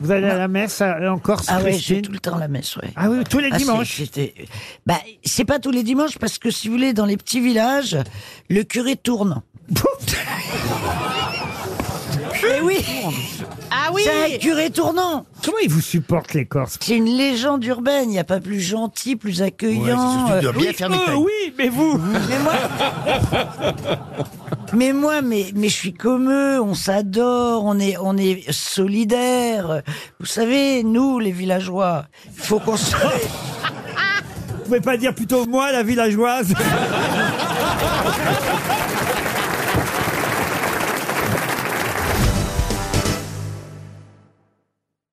Vous allez à la messe euh, en Corse, Ah oui, je Christine fais tout le temps à la messe, ouais. Ah oui, tous les Ah, c'est- dimanches. c'était- Bah, c'est pas tous les dimanches parce que si vous voulez, dans les petits villages, le curé tourne. Eh oui, Ah oui c'est un curé tournant. Comment ils vous supportent les Corses C'est une légende urbaine. Il n'y a pas plus gentil, plus accueillant. euh, bien fermer ta gueule. oui, mais vous mais moi, mais moi, mais, mais je suis comme eux. On s'adore. On est, on est solidaires. Vous savez, nous, les villageois, il faut qu'on se. Vous pouvez pas dire plutôt moi, la villageoise